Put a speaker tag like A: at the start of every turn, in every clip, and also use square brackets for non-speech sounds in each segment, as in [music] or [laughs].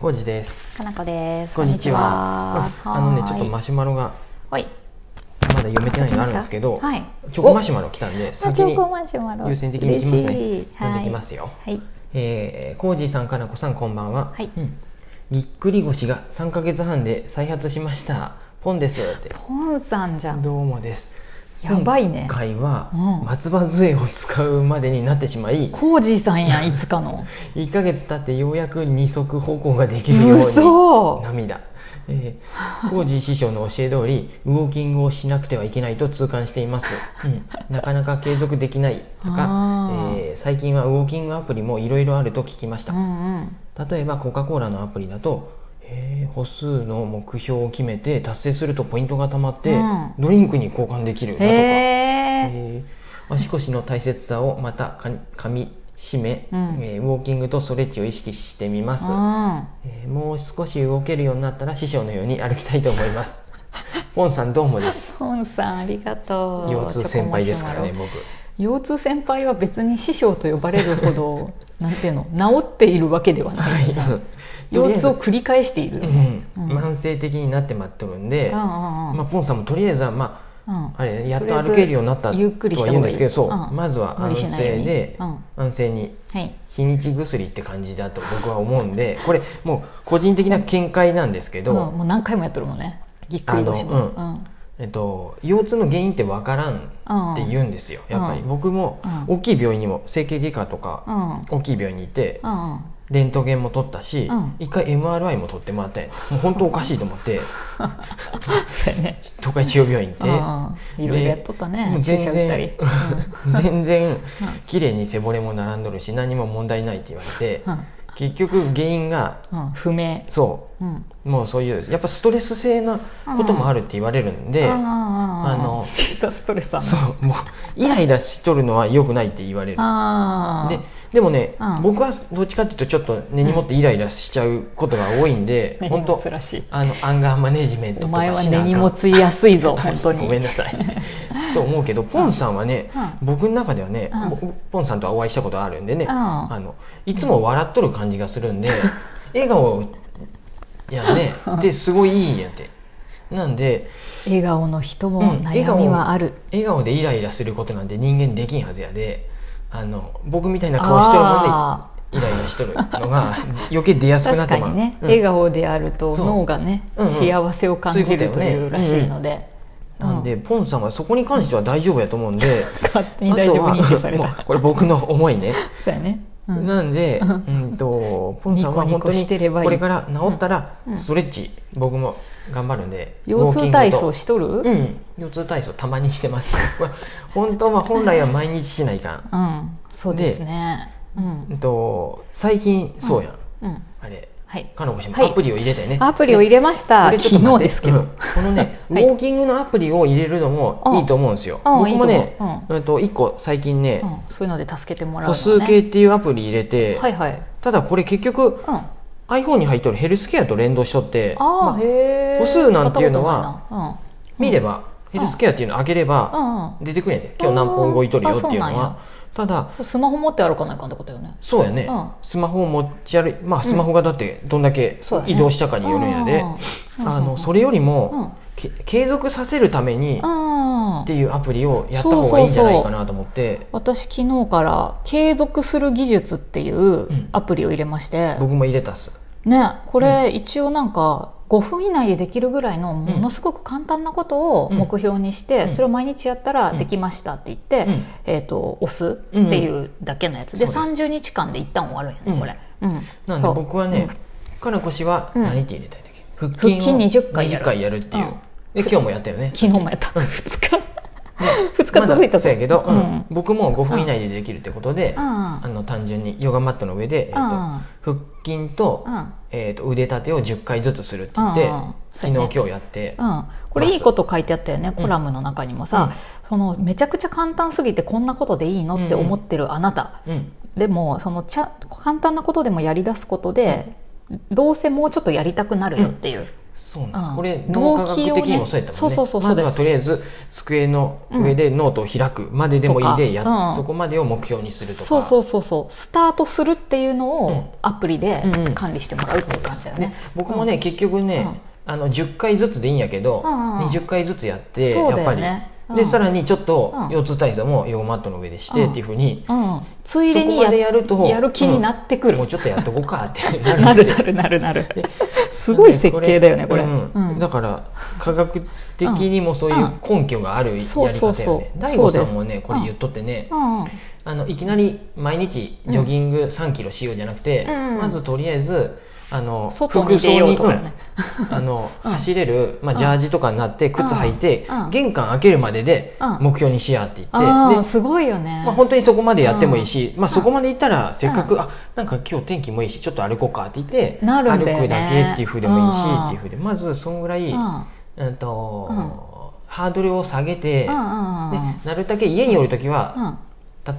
A: コウジです。
B: かなこです。
A: こんにちは。うんあのね、ちょっとマ
B: シ。
A: シュマロが
B: はい。
A: まだ読めてないのがあるんですけど、
B: はい。
A: チョコマシュマロ来たんで、
B: お
A: 先に
B: チョコマシュマロ
A: 優先的に行きます
B: 嬉し
A: ね
B: い。
A: 読んできま
B: は
A: すよ。
B: い。はい。
A: えー、コウジさん、かなこさん、こんばんは。
B: はい
A: うんぎっくり腰が3ヶ月半で再発しました。ポンですって。
B: ポンさんじゃん。
A: どうもです。
B: やばいね
A: 今。回は
B: うん
A: 松葉杖を使うまでになってしまい、
B: コージーさんやんいつかの。
A: 1ヶ月経ってようやく二足歩行ができるように。
B: [laughs] 嘘。
A: 涙えー、コージー師匠の教え通りウォーキングをしなくてはいけないと痛感してい
B: [laughs]
A: ます、うん、なかなか継続できないと
B: あ
A: か、
B: ー
A: えー最近はウォーキングアプリもいろいろあると聞きまし
B: う
A: た
B: んうん。
A: 例えばコカ・コーラのアプリだと、えー歩数の目標を決めて達成するとポイントがたまって、
B: うん
A: ドリンクに交換できるだとか、
B: へえ。
A: えー足腰の大切さをまたかかみしめ、
B: うん
A: えーウォーキングとストレッチを意識してみます、
B: うん。
A: えーもう少し動けるようになったら師匠のように歩きたいと思います。ポンさんどうもです。
B: ポンさんありがとう。
A: 腰痛先輩ですからね
B: チョコマシュマロ。
A: 僕。
B: 腰痛先輩は別に師匠と呼ばれるほど [laughs] なんていうの治っているわけではない。
A: はい。 [laughs]
B: 腰痛を
A: と
B: 繰り返している。
A: りあえ
B: うん
A: ず、うん
B: うん
A: 慢性的になってまっとるんで、
B: うんうんうん
A: まあポンさんもとりあえずはま
B: うん
A: ああれやっ
B: とり
A: と
B: あえず
A: 歩けるようになったと
B: ゆっくりし
A: は
B: た
A: 言う
B: 方
A: ん
B: が
A: で
B: いい
A: すけど、そう、
B: うん
A: まずは
B: 無
A: 安
B: 理しないよう
A: 静
B: に
A: で、
B: うん
A: 安静に。
B: はい
A: 日にち薬って感じだと僕は思うんでこれもう個人的な見解なんですけど、
B: うんもう何回もやっとるもんねぎっくり腰も
A: あの
B: うん
A: えっと、腰痛の原因って分からんって言うんですよ、
B: うん
A: やっぱり、
B: うん
A: 僕も
B: うん
A: 大きい病院にも整形外科と
B: う
A: か、
B: んうん
A: 大きい病院にいて
B: うん
A: レントゲンも取ったし、
B: うん
A: 一回 MRI も取ってもらってもう本当おかしいと思って
B: そうやね
A: 東海中央病院行って、
B: うんいろいろやっとった
A: も
B: ね
A: う
B: 注
A: 全
B: 射打っ
A: [laughs]
B: た
A: 然
B: り
A: 全然綺麗に背骨も並んどるし何も問題ないって言われて、
B: うんうん
A: 結局原因が
B: うん不明
A: そ
B: うん
A: うもうそういうやっぱストレス性なこともあるって言われるんで、
B: あ
A: の
B: 小さストレスさん
A: そうもうイライラしとるのは良くないって言われる
B: あ
A: ででもね、
B: うん
A: 僕はどっちかっていうとちょっと根に持ってイライラしちゃうことが多いんで、
B: 本
A: 本
B: 当
A: 当
B: つらしい
A: あのアンガーマネジメント
B: お
A: と
B: 前
A: か
B: は
A: しな
B: 根
A: あ
B: に
A: かん
B: 持つやすい
A: [laughs]
B: ぞ本当に
A: ごめんな
B: [laughs]
A: さいと思うけどポンさんはね、僕の中ではね、
B: うん
A: ぼポンさんとはお会いしたことあるんでね、
B: うん
A: あのいつも笑っとる感じがするんで笑顔やねですごいいいんやってなんで
B: 笑顔の人も
A: うん
B: 悩みはある
A: 笑顔でイライラすることなんて人間できんはずやであの僕みたいな顔してるもんで
B: あ
A: イライラしとるのが [laughs] 余計出や
B: ー
A: すくなって
B: 確か
A: まう
B: にね
A: うん
B: 笑顔であると
A: そう
B: 脳がね
A: うんうん
B: 幸せを感じると
A: そうい
B: いうう
A: ことよ
B: ら
A: ね
B: しいので
A: なんでポンさんはそこに関しては大丈夫やと思うんで
B: 勝手
A: あ
B: に大
A: と
B: 丈夫
A: は [laughs]
B: 認定され
A: もう
B: た
A: これ僕の思いね、
B: [laughs] そうやね、うん
A: なんで、
B: うん
A: うん、とポンさんは
B: ニコ
A: 本
B: ニコ
A: 当に
B: してればいい
A: これから治ったら
B: うんうん
A: ストレッチ、僕も頑張るんで
B: 腰痛体操
A: ウォー
B: しとる、
A: キングとうん腰痛体操たまにしてます [laughs] これ本当は本来は毎日しないかん
B: うんそうですねうん
A: うんと最近そうやん、
B: うん
A: あれ
B: はい
A: かのこしも
B: は
A: ア
B: い
A: プリを入れてね、
B: アプリを入れました、
A: これちょっと待
B: 昨日
A: って
B: ですけど、
A: うんこのね、
B: [laughs] はい
A: ウォーキングのアプリを入れるのもいいと思うんですよ、
B: うん
A: 僕も
B: いい
A: ね
B: と思
A: うんと1個最近ね、
B: うんそういうので助けてもらうの、
A: 歩数
B: ね、
A: 計っていうアプリ入れて、
B: はいはい、
A: ただこれ結局
B: うん、あ
A: iPhone に入っとるヘルスケアと連動しとって
B: あ、
A: まあ
B: へえ
A: 歩数なんていうのは見れば、
B: うん
A: ヘルスケアっていうのを開けれ
B: うん、
A: ば
B: うんうん
A: 出てくるんやで今日何本動いとるよっていうの
B: あそうなんや
A: はただ
B: スマホ持って歩かないかんってことよね
A: そうやね、
B: うん
A: スマホを持ち歩いまあスマホがだってどんだけ
B: そうやね
A: 移動したかによるんやで、
B: うん
A: あ
B: う
A: の
B: ん
A: それよりも、
B: うん
A: け継続させるために
B: うん
A: っていうアプリをやった方がいいんじゃないかなと思って
B: 私昨日から継続する技術っていうんアプリを入れまして、
A: 僕も入れたっす
B: ねこれ一応なんか5分以内でできるぐらいのものすごく簡単なことを目標にして、
A: うん
B: それを毎日やったらできましたって言って、
A: うん
B: えー、と押すっていうだけのやつ、で
A: そう
B: 30日間で一旦終わるんや
A: う
B: ね、
A: ん
B: これ、うん、
A: なん
B: そ
A: で
B: う
A: 僕はね、かなこ氏は
B: うん
A: 何って入れたいんだっけ腹
B: 筋
A: 筋を
B: 20回や
A: 20
B: る
A: 回やるっていう、
B: うん
A: で今日もやったよね
B: 昨日もやった2日2日続い
A: ま
B: た
A: だそうやけど、う
B: うんん、
A: 僕も5分以内でできるってことで、
B: うん
A: あの単純にヨガマットの上で、えーと腹筋と,、
B: うんうん
A: えー、と腕立てを10回ずつするって言って、
B: うんうん
A: 昨日
B: そうやね
A: 今日やって、
B: うん、これいいこと書いてあったよねコラムの中にもさ、そのめちゃくちゃ簡単すぎてこんなことでいいのって思ってるあなた、
A: うん
B: でもそのちゃ簡単なことでもやりだすことで、どうせもうちょっとやりたくなるよっていう、
A: そうなんです、
B: うん
A: これ脳
B: 動
A: 科
B: 機をね
A: 学的にもそうやったもんね
B: そうそうそうそ
A: ま
B: うで
A: ず
B: す
A: はとりあえず机の上でノートを開くまででもいいでや、
B: とかうん
A: そこまでを目標にするとか
B: そうそうそうそうスタートするっていうの
A: う
B: を
A: ん
B: アプリで
A: うんうん
B: 管理してもらうっていう感じだよね。
A: 僕もね、結局ね、あの10回ずつでいいんやけど、
B: うんうんうん
A: 20回ずつやって、
B: そう
A: や
B: だ
A: っぱ
B: よ
A: り、
B: ね。
A: でさ
B: に、
A: らにちょっと
B: うん
A: 腰痛体操もヨガマットの上でして、
B: うん
A: っていうふうに、
B: うん、ついで
A: そこ
B: に
A: ま
B: や
A: でやると
B: やる気になってく
A: うんもう
B: る。
A: ちょっとやっとこうかって
B: [laughs] なるなるなるなる
A: で。
B: [laughs] すごい設計だよねこれ。
A: うん
B: うん
A: だから科学的にもそういう根拠があるやり方
B: そう
A: やね、
B: そうそう
A: 大悟さんも
B: そうで
A: ね
B: す
A: これ言っとってね、
B: うんうん
A: あのいきなり毎日ジョギング3キロしようじゃなくて、
B: うん
A: まずとりあえずあの
B: 外に出ようとかね。
A: うんあの
B: うん
A: 走れる、まあ、
B: うん
A: ジャージとかになって靴履いて、
B: うん
A: 玄関開けるまでで
B: うん
A: 目標にしやって言って、
B: ああ
A: で
B: すごいよね。
A: まあ、本当にそこまでやってもいいし、まあ、そこまで行ったらせっかく、あなんか今日天気もいいしちょっと歩こうかって言って、
B: なるんだよね
A: 歩くだけっていうふうでもいいし、
B: うん
A: っていうふうでまずそんぐらい、
B: うん
A: うんとハードルを下げて、
B: うんうんうん
A: でなるだけ家におる時
B: う
A: は、
B: ん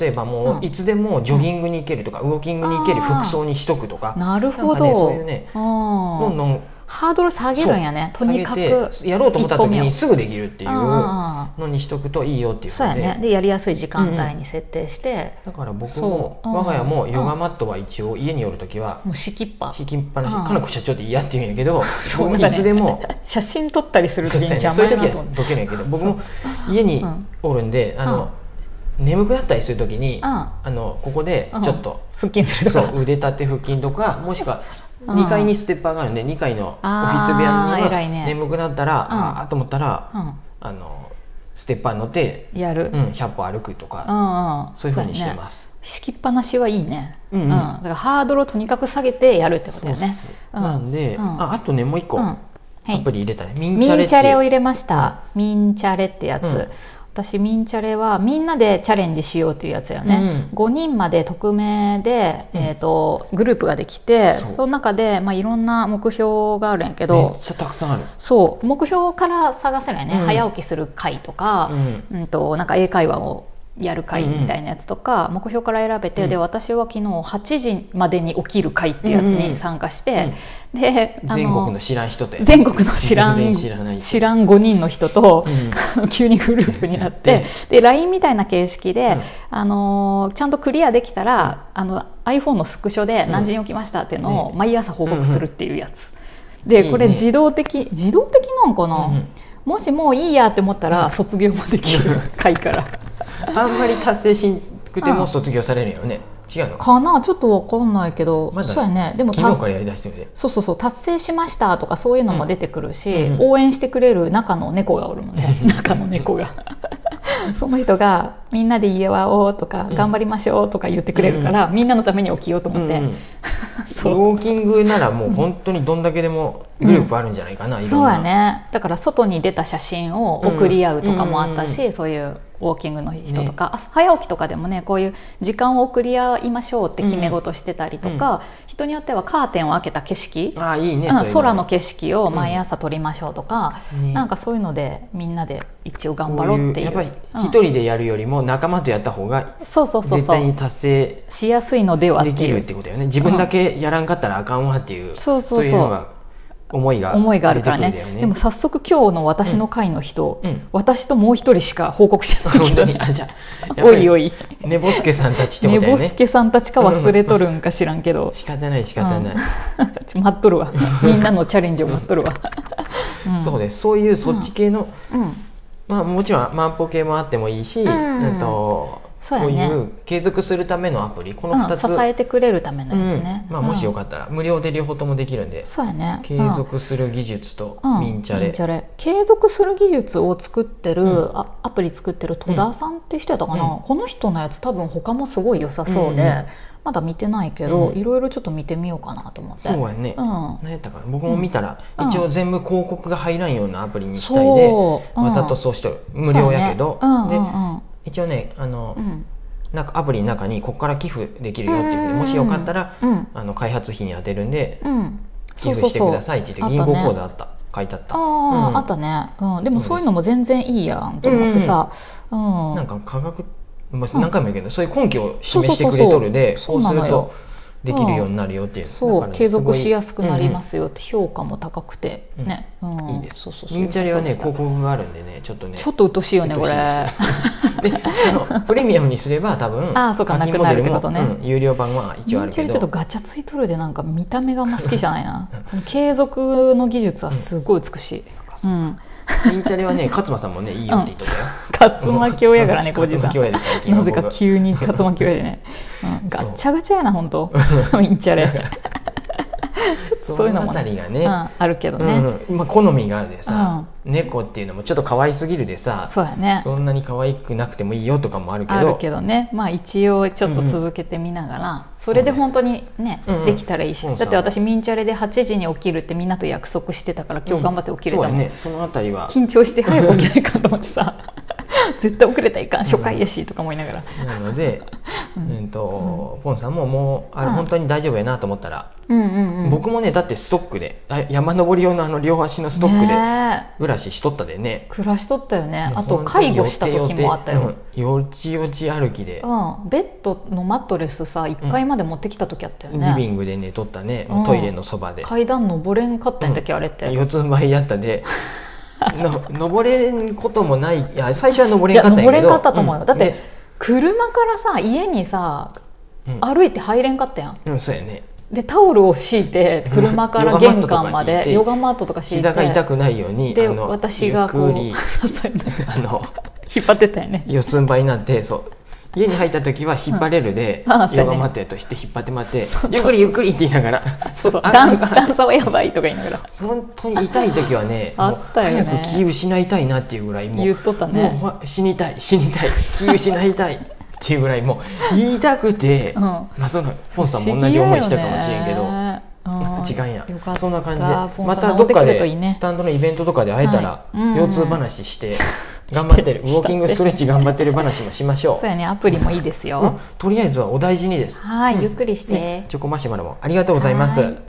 A: 例えばも
B: う
A: う
B: ん
A: いつでもジョギングに行けるとか、ウォーキングに行ける服装にしとくとか、
B: なる
A: なん
B: ほ
A: かね、そう
B: ど。
A: いうね
B: う
A: どん
B: ん
A: どん
B: ハードル下げるんやね。とにか
A: 下
B: く。
A: げてやろうと思った時
B: 一歩目を
A: にすぐできるっていう
B: うん
A: の
B: うんうん
A: にしとくといいよっていう
B: そう
A: ので
B: やねでやりやすい時間帯に設定して、
A: だから僕
B: そ
A: も
B: ううん
A: 我が家もヨガマットは一応家におる時は
B: もう敷きっぱ
A: 引きっぱなし
B: うん
A: かなこ社長って嫌って言うんやけど
B: [laughs] そう
A: 僕も
B: なんか
A: い
B: ね
A: つで
B: [laughs]
A: も
B: 写真撮ったりする
A: そ
B: 時
A: う
B: に
A: やね
B: 邪
A: そう
B: 魔
A: いう
B: や
A: 時
B: なと
A: は
B: 思って
A: どけないけど僕も家に
B: うん
A: おるんであの眠くなったりする時に
B: うん
A: あのここでちょっ
B: [laughs]
A: と
B: 腹筋すると
A: そ
B: か
A: う腕立て腹筋とかもしくは
B: うん
A: 2階にステッパーがあるんで2階のオフィス部
B: あー偉
A: 屋
B: い
A: に
B: ね
A: は眠くなったら
B: うん
A: ああーと思ったらあのステッパーに乗って、
B: うん、やる、
A: うん、100歩歩くと
B: う
A: か、
B: んうん、
A: そういうふうにしてますす。
B: 敷きっぱなしはいいね、
A: うんうん
B: だからハードルをとにかく下げてやるってこと
A: そう
B: よ
A: っ
B: ね
A: す
B: うん
A: なんで、
B: うん
A: ああとねもう一個、
B: うん
A: ア
B: はい
A: プリ入れたねミン
B: ミ
A: チャレ
B: ン
A: っ
B: チ
A: て
B: ャレ
A: い
B: を
A: う
B: 入れました、ミンチャレってやつ、
A: うん
B: 私ミンチャレはみんなでチャレンジしようっていうやつやね、
A: う
B: 5人まで匿名で、
A: うん
B: えー、とグループができて
A: そう
B: その中で、まあ、いろんな目標があるんや
A: め
B: け
A: っ
B: ど
A: ちゃたくさんある、
B: そう目標から探せないね、
A: うん
B: 早起きする会とか、
A: うん
B: うんとなんか英会話をやる会みたいなやつとか、目標から選べて、
A: うん
B: で私は昨日8時までに起きる会っていうや
A: う
B: つ
A: んうんう
B: に
A: ん
B: 参加して、であ
A: 全国の知らん人とや
B: 全国の知らん
A: 全然知らない
B: 知らん5人の人と、
A: うん
B: あの [laughs] 急にグループに
A: や
B: なっ
A: って
B: で LINE みたいな形式で、
A: うん
B: あのーちゃんとクリアできたら、あの iPhone のスクショで
A: うん
B: 何時に起きましたっていうのを
A: ね
B: 毎朝報告するっていうやつ、
A: いい
B: で
A: ね
B: これ自動的、自動的なんかな、
A: うんうん
B: もしもういいやって思ったら卒業もで
A: [laughs]
B: きる回から。
A: あんまり達成しんくて
B: う
A: も
B: ん
A: 卒業されるよね違うの
B: かなちょっとわかんないけど、
A: まだ
B: そうやねでも
A: 昨
B: 達
A: 日からやりだしてるで
B: そうそうそう達成しましたとかそういうのも出てくるし、
A: うんうん
B: 応援してくれる中の猫がおるもんね中の猫が [laughs] その人が「みんなで家わおう」とか
A: う
B: 「
A: ん
B: 頑張りましょう」とか言ってくれるから、みんなのために起きようと思って、
A: うんうん
B: [laughs] そう
A: ウォーキングならもう本当にどんだけでもグループあるんじゃないかな、いろん
B: そう
A: な
B: やねだから外に出た写真を送り合うとかもあったし、そういうウォーキングの人とか、朝早起きとかでもねこういう時間を送り合いましょうって決め事してたりとか、人によってはカーテンを開けた景色、
A: ああいいね、
B: うん
A: そういう
B: 空の景色を毎朝撮りましょうとか、
A: ね
B: なんかそういうのでみんなで一応頑張
A: こ
B: ろ
A: ういう
B: っていう
A: やっぱり
B: うん
A: 一人でやるよりも仲間とやった方が
B: そうそうそう
A: 絶
B: そ
A: 対
B: う
A: に達成
B: しやすいのではって
A: でき
B: い
A: る
B: う
A: ってことよね自分だけやらんかったらあかんわっていう、
B: そうそうそう
A: いうのが思いが
B: 思いがあるからね
A: 出てくんだよ
B: でも早速今日の私の会の人、
A: うんうん
B: 私ともう一人しか報告してないけ
A: [laughs] 本当
B: ど、
A: にあ
B: [laughs]
A: じゃあ
B: おいおい
A: ねぼすけさんたちってこ
B: ね
A: とだよ
B: ぼ
A: ね
B: すけさんたちか忘れとるんか知らんけど
A: 仕方ない仕方ない、
B: ちょ待っと [laughs] るわみんなのチャレンジを待っと [laughs] るわ、うん
A: そうですそういうそっち系の、
B: うん
A: まあもちろん万歩系もあってもいいし、
B: ん
A: えっと
B: そうや
A: こう
B: ね
A: いう継続するためのアプリこの
B: う
A: 2
B: ん、
A: つ、
B: 支えてくれるためのやつね、
A: うんまあ、もしよ
B: っ
A: かったら、無料で両方ともできるんで
B: たそうやね
A: 継
B: うん
A: 続する技術と
B: うん
A: ミンチャレ、
B: ミンチャレ継続する技術を作ってる、
A: うん
B: あアプリ作ってる戸田さんって人やったかな、
A: うん
B: この人のやつ多分他もすごい良さそうで、
A: うんうん
B: まだ見てないけど、
A: うん
B: いろいろちょっと見てみようかなと思って
A: そうやね、
B: うん
A: 何やったかな僕も見たら、
B: うん
A: 一応全部広告が入らんようなアプリにし
B: そう
A: たいで、
B: うん
A: わざとそうしとる無料やけど、
B: そうやねうんうん
A: で一応ねあの、
B: うんうん
A: なんかアプリの中にここから寄付できるよっていうふうにもしよかったら、
B: うん
A: あの開発費に充てるんで
B: うん
A: 寄付してくださいって言って
B: あ
A: 銀
B: ったね
A: 行口座あった書いてあった
B: ああ、
A: うん
B: あったね、うん、でもそういうのも全然いいやんと思ってさ、うん
A: なんか科学、ま
B: う
A: あ、
B: ん
A: 何回も言うけど、そういう根拠を示してくれとるで
B: そ
A: そうう
B: そうそう
A: するとできるようになるよっていう、だ
B: そ
A: か
B: う
A: ら
B: 継
A: すご
B: 続
A: い
B: しやすくなりますよって評価も高くてね、うん
A: いいです
B: そうそうそう
A: ミニチャリはね
B: そうで
A: 広告があるんでねちょっとね
B: したちょっと鬱陶しいよねこれ
A: であのプレミアムにすれば多分
B: あーそうか
A: 課金
B: なくなる
A: モデルも
B: ってことね
A: うん有料版は一
B: ミ
A: 応あ
B: ニ
A: る
B: チャ
A: け
B: リ
A: ど
B: ちょっとガチャついとるでなんか見た目があんま好きじゃな
A: [laughs]
B: いなこの継続の技術はすごい美しい、うん、
A: ミニチャリはね勝間さんもねいいよって言ってたよ、
B: 勝間教やからね
A: こ
B: 浩
A: じ
B: 次
A: さ
B: さ
A: ん
B: ん
A: で最近は
B: なぜ
A: 僕
B: か急に勝間教やで
A: [laughs]
B: ね、うん、ガッチャガチャやな本当ミニチャリちょっとそういうのも
A: そのあたりがね
B: うん、あるけど
A: う
B: ね、
A: んうんまあ、好みがあるでさ、猫っていうのもちょっと可愛すぎるでさ
B: そうやね
A: そんなに可愛くなくてもいいよとかもあるけど
B: あるけどねまあ一応ちょっと続けてみながら、それで本当にね
A: うんうん
B: できたらいいし、
A: そうそう
B: だって私ミンチャレで8時に起きるってみんなと約束してたから今日頑張って起き
A: う
B: れ
A: ん
B: た
A: そ
B: も、
A: うんやねそのあたりは
B: 緊張して早く起きないかんと思っ
A: [laughs]
B: てさ絶対遅れたらいかん初回やしとか思いながら、
A: なので、う
B: うん
A: んとポンさんももうあれ
B: うん
A: 本当に大丈夫やなと思ったら、
B: うん、うんうん
A: 僕もねだってストックであ山登り用のあの両足のストックで
B: ねえ
A: ブラシしとったでね
B: 暮らしとったよねあ
A: も
B: と
A: う本当に
B: 介護した時もあったよ、
A: よてよてうんよちよち歩きで、
B: うん、ベッドのマットレスさ1階まで持ってきた時あったよ
A: リ
B: ね、
A: ビングで寝とったね、もうトイレのそばで
B: 階段登れんかったんやったっけ、あれって
A: 四つん這いやった
B: [laughs]
A: での登れんこともないいや最初は登
B: い
A: れん
B: や
A: かったんや
B: 登
A: け
B: れ
A: ど
B: んかったと思うよ、
A: ん
B: だって
A: で
B: 車からさ家にさ
A: うん
B: 歩いて入れんかったやん
A: うんそうやね
B: でタオルを敷いて車から玄関まで
A: ヨ
B: ヨ
A: ガ
B: ガマットとか敷いて
A: 膝が痛くないように
B: で
A: あの
B: 私がこう
A: ゆっくり
B: [laughs]
A: [laughs]
B: そうやね
A: あの
B: 引っ張ってったよね
A: 四つん這いになってそう家に入った時は引っ張れるで、
B: うんああそうや
A: ヨ
B: ね
A: ガマットやとして引っ張って待ってゆっくりゆっくりって言いながら
B: そうそう
A: あ
B: 段段差はやばいとか言いながら
A: 本当に痛い時はね
B: あったよね
A: もう早く気失いたいなっていうぐらいもう
B: 言っとったね
A: もうほわ死にたい死にたい気失いたいっていうぐらいもう言いたくて、
B: うん
A: まあそのポンさんも同じ思いしたかもしれんけど、
B: ど
A: 時間や
B: よかった
A: そんな感じで
B: ポン
A: ま
B: さん
A: たどっか
B: 乗ってくれといい
A: で
B: ね
A: スタンドのイベントとかで会えたら、
B: はいうんうん
A: 腰痛話
B: [laughs]
A: して頑張ってるウ
B: して
A: ォーキングストレッチ頑張ってる話もしましょ
B: [laughs] そう
A: う
B: やねアプリもいいです
A: うん
B: よ、
A: とりあえずはお大事にです
B: はいゆっくりして、
A: チョコマシュマロもありがとうございます、
B: はい